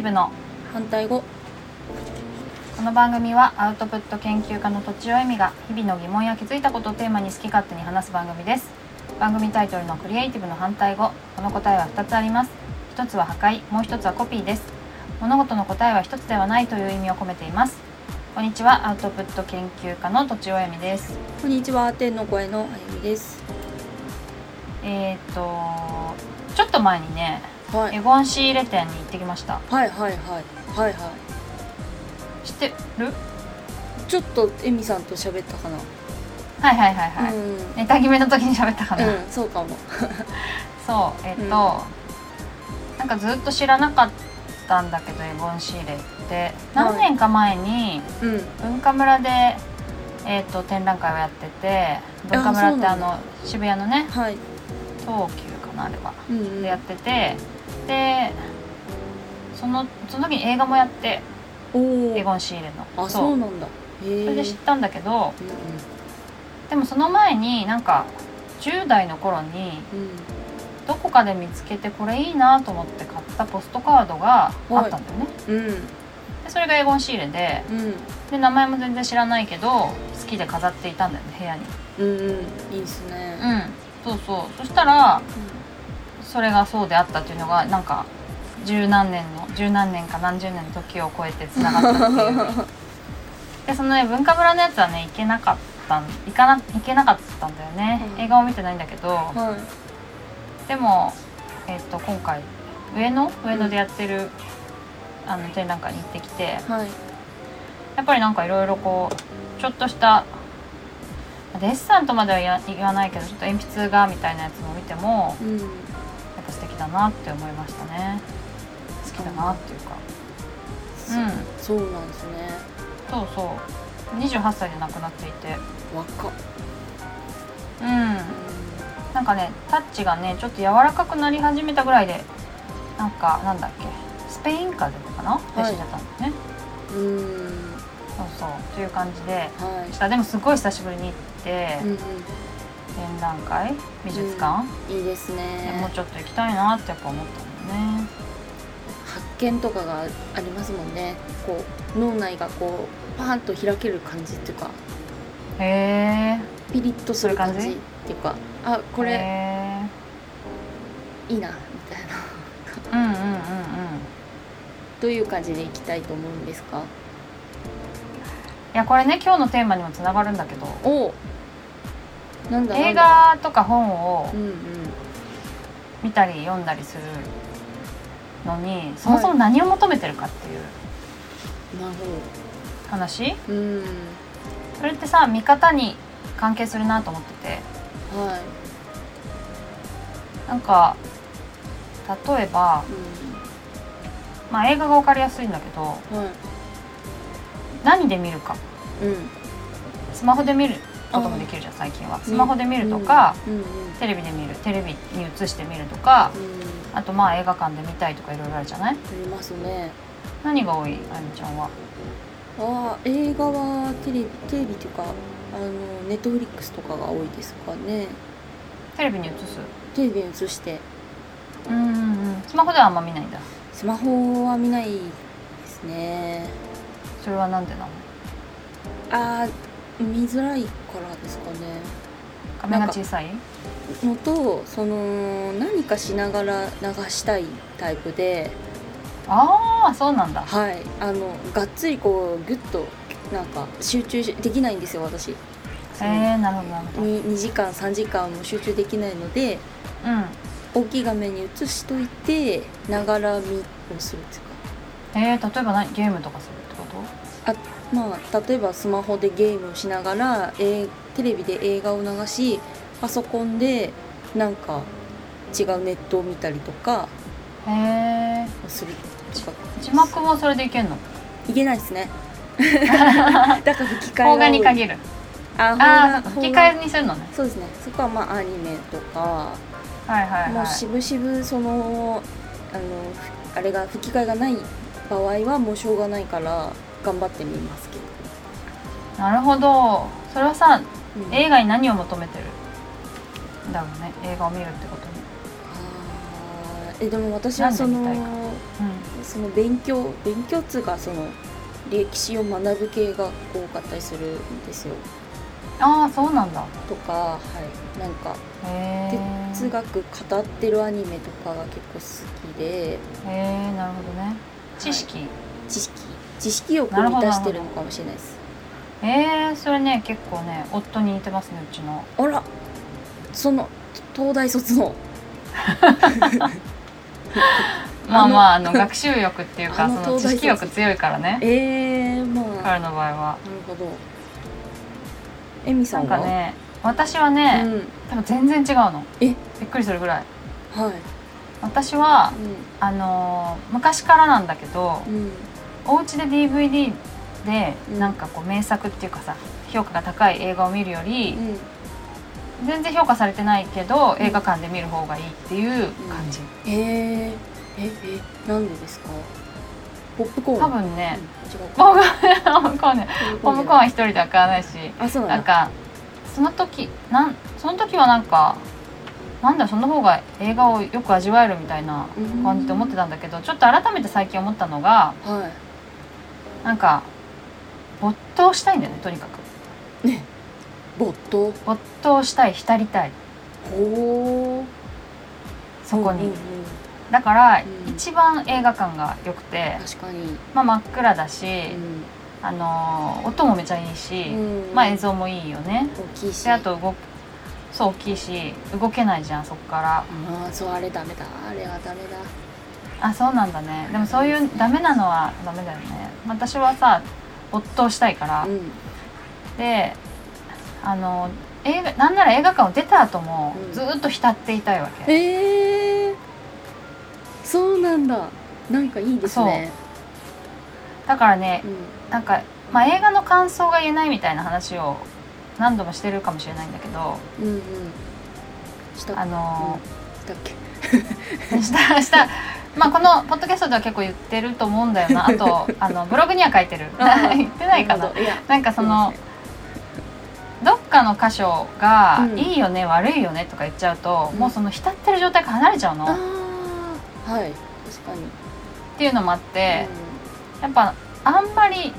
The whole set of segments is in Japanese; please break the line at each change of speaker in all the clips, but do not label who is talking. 部の
反対語
この番組はアウトプット研究家のとちおえみが日々の疑問や気づいたことをテーマに好き勝手に話す番組です番組タイトルのクリエイティブの反対語この答えは2つあります1つは破壊もう1つはコピーです物事の答えは1つではないという意味を込めていますこんにちはアウトプット研究家のとちおえみです
こんにちは天の声のあゆみです
えーっとちょっと前にね
はい
エゴン仕入れ店に行ってきました
はいはいはいはいは
知ってる
いちょっとえみさんと喋ったかな、
はいはいはいはい、
うん、
ネタ決めの時に喋ったかな、
うん、そうかも
そうえっ、と、なんかずっと知らなかったんだけどエゴン仕入れって何年か前に
うん
文化村で、えっと展覧会をやってて文化村ってあ
あそうなんだ
の渋谷のね
はい
東急かなあれは
うんうん
でやっててでそのその時に映画もやって
お
エ
お
ゴン仕入れの
あそうなんだへえ
それで知ったんだけど
うん
でもその前になんか10代の頃に
うんうん
どこかで見つけてこれいいなと思って買ったポストカードがあったんだよね、
うん
でそれがエゴンシーレで
うん
で名前も全然知らないけど好きで飾っていたんだよね部屋に
うんうんいいですね
うんそうそうそしたらそれがそうであったっていうのがなんか十何年の十何年か何十年の時を超えてつながったっていう でそのね文化村のやつはね行けなかったん行かな行けなかったんだよね、
うん
映画を見てないんだけど
はい
でも、えっと今回上野上野でやってる、あの展覧会に行ってきて
はい
やっぱりなんかいろいろこうちょっとしたデッサンとまではや言わないけどちょっと鉛筆画みたいなやつも見ても
うん
やっぱ素敵だなって思いましたね好きだなっていうかうん
そうそうなんですね
そうそう28歳で亡くなっていて
若っ
うんなんかねタッチがねちょっと柔らかくなり始めたぐらいでなんかなんだっけスペイン風邪かなって
はい
死んじゃったんだよね、
うんうん
そうそうという感じで
はい
したでもすごい久しぶりに行って、
うん
展覧会美術館、
うんいいですね
もうちょっと行きたいなってやっぱ思ったもんね
発見とかがありますもんねこう脳内がこうパーンと開ける感じっていうか
へえ
ピリッとする感
そう
じっ
いう
ていうかあこれ
へ
いいなみたい
ー
な
うんうんうんうん
どういう感じでいきたいと思うんですか
いやこれね今日のテーマにもつながるんだけど
おなんだなんだ
映画とか本を
うんうん
見たり読んだりするのにそもそも何を求めてるかっていう
なる
話、
ほどうん
それってさ見方に関係するなと思ってて
はい
なんか例えば、
う
まあ、映画が分かりやすいんだけど
んはい
何で見るか
うん
スマホで見ることもできるじゃん最近はスマホで見るとか、
うんうん
テレビで見るテレビに映して見るとか
うん
あとまあ映画館で見たいとかいろいろあるじゃない
ありますね
何が多いあゆみちゃんは
あー映画はテレビテレビというかあのネットフリックスとかが多いですかね
テレビに映す
テレビに映して
うんうんうんスマホではあんま見ないんだ
スマホは見ないですね
それはなんでなの
あー見づらいからですかね
画面が小さい
のとその何かしながら流したいタイプで
ああそうなんだ
はいあのがっつりこうギュッとなんか集中しできないんですよ私
へえー、なるほどなるほど
2, 時間3時間も集中できないので
う
大きい画面に映しといてながら見をするっていうか
んえー、例えば何ゲームとかするってこと
まあ、例えばスマホでゲームをしながら、えーテレビで映画を流しパソコンでなんか違うネットを見たりとか
へえ
するとか
字幕もそれでいけんの
いけないです ねだから吹き替えが多い
邦画に限るあ
あ
あ
ー
吹
邦
き
画
替えにするのね
そうですねそこはまあアニメとか、
はいはい
も
はい
うしぶしぶそのあのあれが吹き替えがない場合はもうしょうがないから頑張ってみますけど、
なるほどそれはさ
うん
映画に何を求めてるんだろうね映画を見るってことに
あえでも私はその
なんで見た
その勉強勉強っつうかその歴史を学ぶ系が多かったりするんですよ
ああそうなんだ
とか、はい、なんか
へえ
哲学語ってるアニメとかが結構好きで
へえなるほどね知識、
知識知識欲を満たしてるのかもしれないです
えー、それね結構ね夫に似てますねうちの
あらその東大卒の
まあ
あの
まああの学習欲っていうか
あ
そ
の
の知識欲強いからね
えー、まあなる
彼の場合は
ほどエミさ
なんんか
は
ね私はね、多分全然違うの
え
びっくりするぐらい
うんはい
私はあのー昔からなんだけど
うんうん
お家で DVD で
うん
なんかこう名作っていうかさ評価が高い映画を見るより
うん
全然評価されてないけど
うん
映画館で見る方がいいっていう感じ
えー、えええなんでですかポップコーン
多分ね
うん違う
ポムコーンねポムコーンは
ン
一人では買わないし
あそうな
なんん
だ
かその時なんその時はなんかなんだその方が映画をよく味わえるみたいな感じで思ってたんだけどちょっと改めて最近思ったのが
は
なんか没頭したいんだよねとにかく
いねボット
没頭したい浸りたい
ほー
そこに、
うんうん
だから、
うん
一番映画館が良くて、
確かに、
まあ、真っ暗だし、
うん
あのー音もめちゃいいし、
うん
まあ映像もいいよね
大きいし
であと動くそう大きいし動けないじゃんそっから
ああそうあれダメだあれはダメだ
あそうなんだねでもそういうダメなのはダメだよね私はさ没頭したいから、
うん
であの映画なんなら映画館を出た後も、
うん
ずーっと浸っていたいわけ
えー、そうなんだなんかいいですね
だからね
う、ん
なんか、まあ、映画の感想が言えないみたいな話を何度もしてるかもしれないんだけど
うんうんした
あの
うんしたっけ
ーしたした、まあ、このポッドキャストでは結構言ってると思うんだよなあとあのブログには書いてる
あー
言ってないか
る
な
ほどいや
なんかその
すいま
どっかの箇所が
う
「
ん
いいよね、悪いよね」とか言っちゃうと、
うん
もうその浸ってる状態から離れちゃうのっ
ああはい確かに
ていうのもあって、やっぱあんまり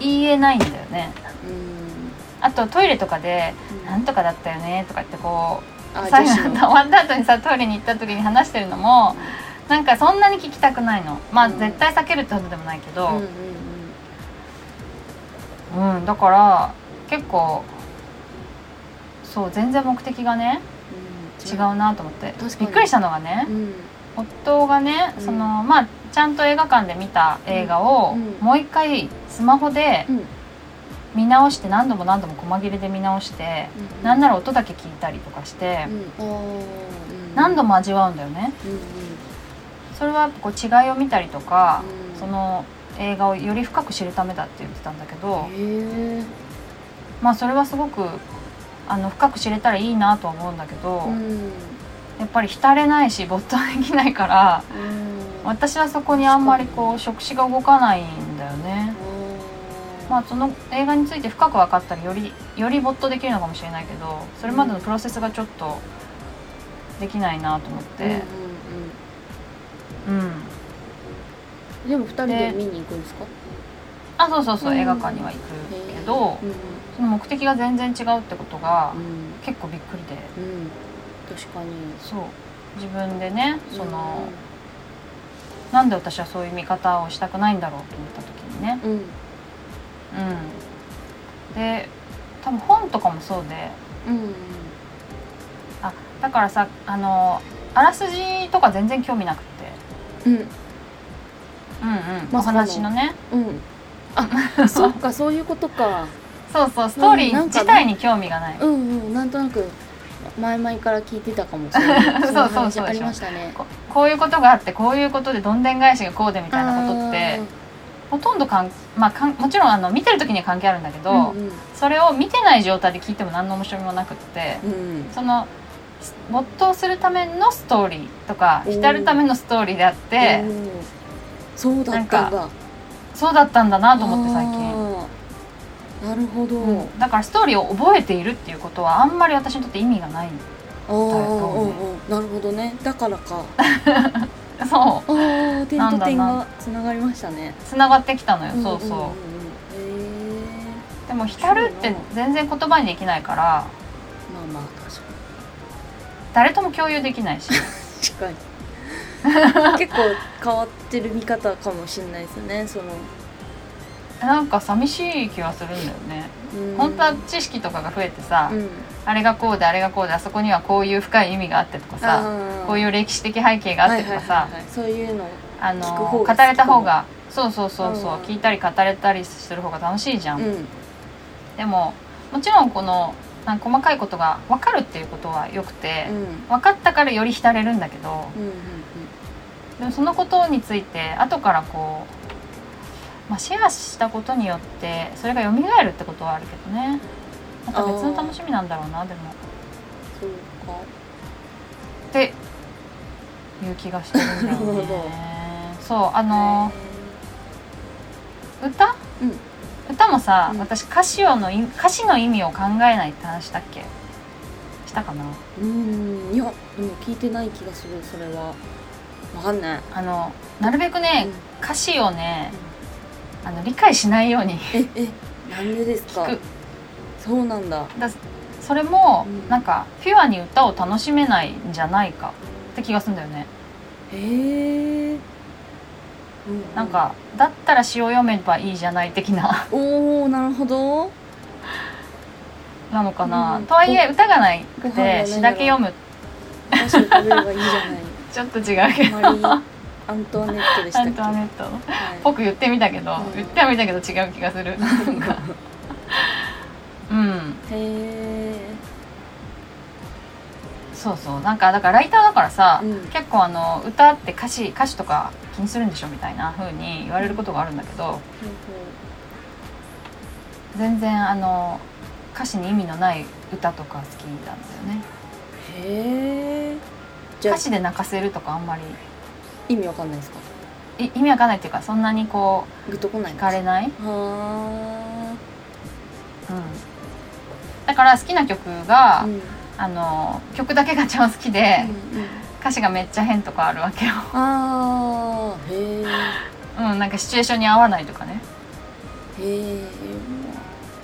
言えないんだよね
うんうん
あとトイレとかで「な
うん
んとかだったよね」とか言ってこう
あ
最
女
後
子
終
の
わった後にさトイレに行った時に話してるのもなんかそんなに聞きたくないのまあ、
うん
絶対避けるってことでもないけ
うん
ど
うん、
うんだから結構そう全然目的がね違う
うん
なと思って
確かに
びっくりしたのがね
う、ん
夫がね
うん
その、まあちゃんと映画館で見た映画を、
うん
もう一回スマホで
うん
見直して何度も何度も細切れで見直して、
うん
なんなら音だけ聞いたりとかして、
うんあーうん
何度も味わうんだよね。
うんうん
それはやっぱこう違いを見たりとか、
うん
その映画をより深く知るためだって言ってたんだけど、
へえ
まあそれはすごくあの深く知れたらいいなとは思うんだけど、
うん
やっぱり浸れないし没頭できないから
うん
私はそこにあんまりこう触手が動かないんだよね。まあ、その映画について深く分かったらよりより没頭できるのかもしれないけどそれまでのプロセスがちょっとできないなと思っ
うんうん
て、うん
うん、でも二人で見に行くんですか
あそうそうそう、
うん
映画館には行くけど、
うん
その目的が全然違うってことが
うん
結構びっくりで
うん、確かに
そう自分でねその、なんで私はそういう見方をしたくないんだろうと思った時にね、
うんうん
うん、で多分本とかもそうで
うん
あだからさあのあらすじとか全然興味なくって、
うん
うんうん
ま
お
あ
話のね
うん あそっかそういうことか
そうそうストーリ
うんな
ー
んか
自
ね
体に興味がない、
うんうんなんとなく前々から聞いてたかもしれない
そうそう
の話
そうでしょ
ありました ね
ここういうことがあってこういうことでどんでん返しがこうでみ
み
たいなことってほとんどかん、まあ、かんもちろんあの見てる時には関係あるんだけど、
うんうん
それを見てない状態で聞いても何の面白みもなくって
うん
そのす没頭するためのストーリーとか
おー
浸るためのストーリーであって
おーそうだったんだ
そうだったんだなと思って最近、
あーなるほど、
うんだからストーリーを覚えているっていうことはあんまり私にとって意味がない
ああ、うんうんうんうん。なるほどねだからか
そう
あー点
なん
と
だ
点
な
がつながりましたね
つながってきたのよ、そう
うんうんうん
そ
うんへ
うでも光るって全然言葉にできないから
ーまあまあ確か
誰とも共有でき ないし
に確かに結構変わってる見方かもしれないですねその
なんか寂しい気がするんだよね
うん
本当は知識とかが増えてさ、
うん
あれがこうであれがこうであそこにはこういう深い意味があってとかさ
あー
こういう歴史的背景があってとかさ、
はいはいはいはいそういうの
あ
聞
の
く
語
方が好きかも
れた方がそうそうそうそう、
うん
聞いたり語れたりする方が楽しいじゃん、
うん
でももちろんこのなんか細かいことが分かるっていうことはよくて、
うん
分かったからより浸れるんだけど
うんうん
でもそのことについて後からこう、まあ、シェアしたことによってそれが蘇るってことはあるけどねまた別の楽しみなんだろうなでも
そうか
っていう気がしてるんだよ
なるほど
ねそうあの歌、
うん
歌もさ、
うん
私歌詞をのい歌詞の意味を考えないって話したっけしたかな
うんいやでも聞いてない気がするそれはわかんない、
あのなるべくね、
うん
歌詞をねあの理解しないように
ええなんでですか
聞く
そうなんだ
だそれも、
うん
なんかピュアに歌を楽しめないんじゃないかって気がするんだよね、
へえ、うう
なんかだったら詩を読めばいいじゃない的な
おおなるほど
なのかな、
うん
とはいえ歌がない
ご
く
飯が
て
ないなら
詩だけ読む
歌詞を食べればいいじゃ
ちょっと違うけど
ないマリー・アントワネットでした
ア
っけ
ントワネット
はい
ぽく言ってみたけど、
うん
言ってはみたけど違う気がす るうん
へえ
そうそうなんかだからライターだからさ、
うん
結構あの歌って歌詞歌詞とか気にするんでしょみたいな風に言われることがあるんだけど全然あの歌詞に意味のない歌とか好きなんだよね
へえじゃあ
歌詞で泣かせるとかあんまり
意味わかんないですか
い意味わかんないっていうかそんなにこ
グッとこないう
惹
んです
かれない、うん、
は
だから好きな曲
あ
が、
うんうん
あの曲だけが超好きで、
うん
歌詞がめっちゃ変とかあるわけよ、
あーへ
うん、なんかシチュエーションに合わないとかね
えへえ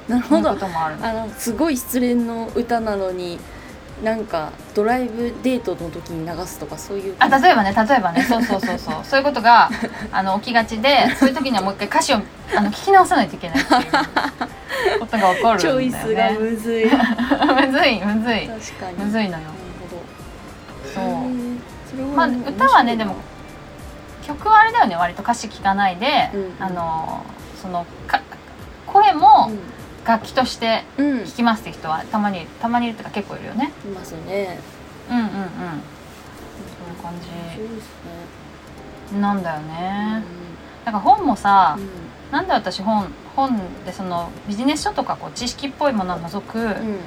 なる
そうい
ほ
うこ
ど
ともあるの
あのすごい失恋の歌なのになんかドライブデートの時に流すとかそういう
あ例えばね例えばねそうそうそう そうそういうことがあの起きがちでそういう時にはもう一回歌詞をあの聞き直さないといけないっていうことが起こるん
チ
だよ
ョ
ね
イスがむずい確
むずいむずい
かに
む
なる
ずいのよ
ほ
そ
ど
う
へえそれは
まあ
面白いな
歌はねでも曲はあれだよね割と歌詞聞かないで、
うんうん
あのそのか声も楽器として
うん、うん、
弾きますって人はたまにたまにいるっていうか結構いるよね
いますね
うんうんうんそんな感
面白いですね
じなんだよね
う
なんか本もさ
ん
なんで私本本でそのビジネス書とかこう知識っぽいものを除く
うん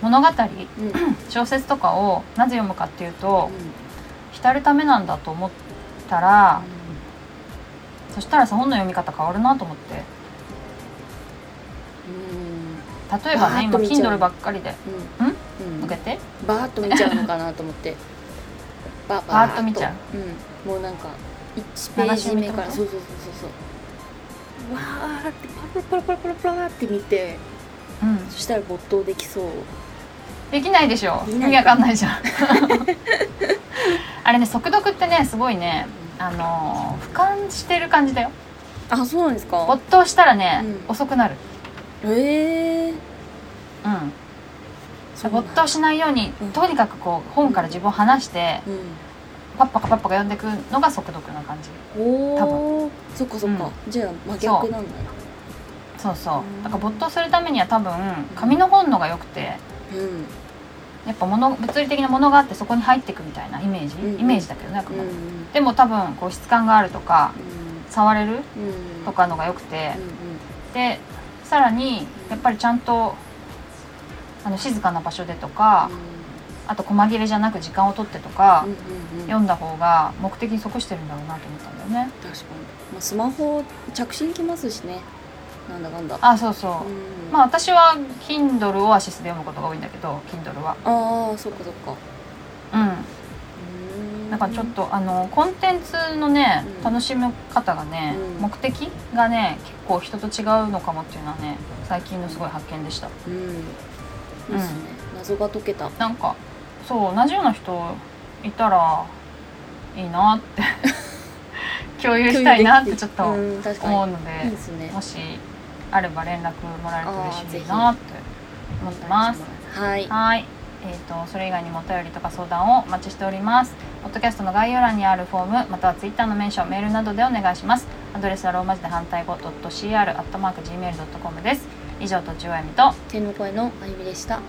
物語
うん
小説とかをなぜ読むかっていうと
うん
浸るためなんだと思ったらそしたらさ本の読み方変わるなと思って
うん
例えば
バ
ね
ーッ
今
と見ちゃう
Kindle ばっかりで
うん、う
向
ん
け、て
バーッと見ちゃうのかなと思ってバ
バーッと見ちゃう、
うん、もうなんか1ページ目から
流し
そうそうそうそうそうわーってパラパラパラパラパラって見て
うん
そしたら没頭できそう
できないでしょ
で
意
きない
味わかんないじゃん あれね速読ってねすごいねあのー俯瞰してる感じだよ
あそうなんですか
没頭したらね、
うん
遅くなる
ええー、
うん
そう
没
なんだ
頭しないように、
うん
とにかくこう本から自分を離して、
う
パッパカパッパカ読んでいくのが速読な感じ
ん、おおそっかそっか、じゃあ真逆なんだ
そう
う
そ
ん
うだから没頭するためには多分紙の本のが良くて
うん
やっぱ物物理的なものがあってそこに入っていくみたいなイメージ、
うん
イメージだけどねあく
う
ま
んう
で、
ん
でも多分こう質感があるとか触れる
うん
とかのが良くて
うん、うん
でさらにやっぱりちゃんとあの静かな場所でとか、あと細切れじゃなく時間を取ってとか、
うんうんうんうん、確かに、
読んだ方が目的に即してるんだろうなと思ったんだよね。
まあ、スマホ着信きますしねなんだかんだ
あそうそう、
うん
まあ私は Kindle オアシスで読むことが多いんだけど Kindle は
ああそっかそっか
うんだからちょっとあのコンテンツのね
うん
楽しみ方がね、
うん
目的がね結構人と違うのかもっていうのはね最近のすごい発見でした
うん、ですね謎が解けた
なんかそう同じような人いたらいいなって共有したいなってちょっと思
うん、確
う
か
ので、
にいいですね
もしあれば連絡もらえると嬉しい
あ
なって思ってます
はい
はい。えっ、とそれ以外にもお便りとか相談をお待ちしております。ポッドキャストの概要欄にあるフォームまたはツイッターのメンションメールなどでお願いします。アドレスはローマ字で反対語 .cr アットマーク gmail.com です。以上とちおやみと
天の声のあゆみでした